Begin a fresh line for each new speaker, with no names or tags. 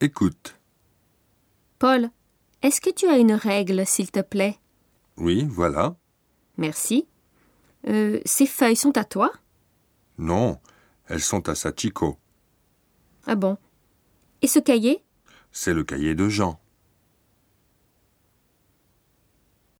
Écoute.
Paul, est-ce que tu as une règle, s'il te plaît
Oui, voilà.
Merci. Euh, ces feuilles sont à toi
Non, elles sont à Sachiko.
Ah bon Et ce cahier
C'est le cahier de Jean.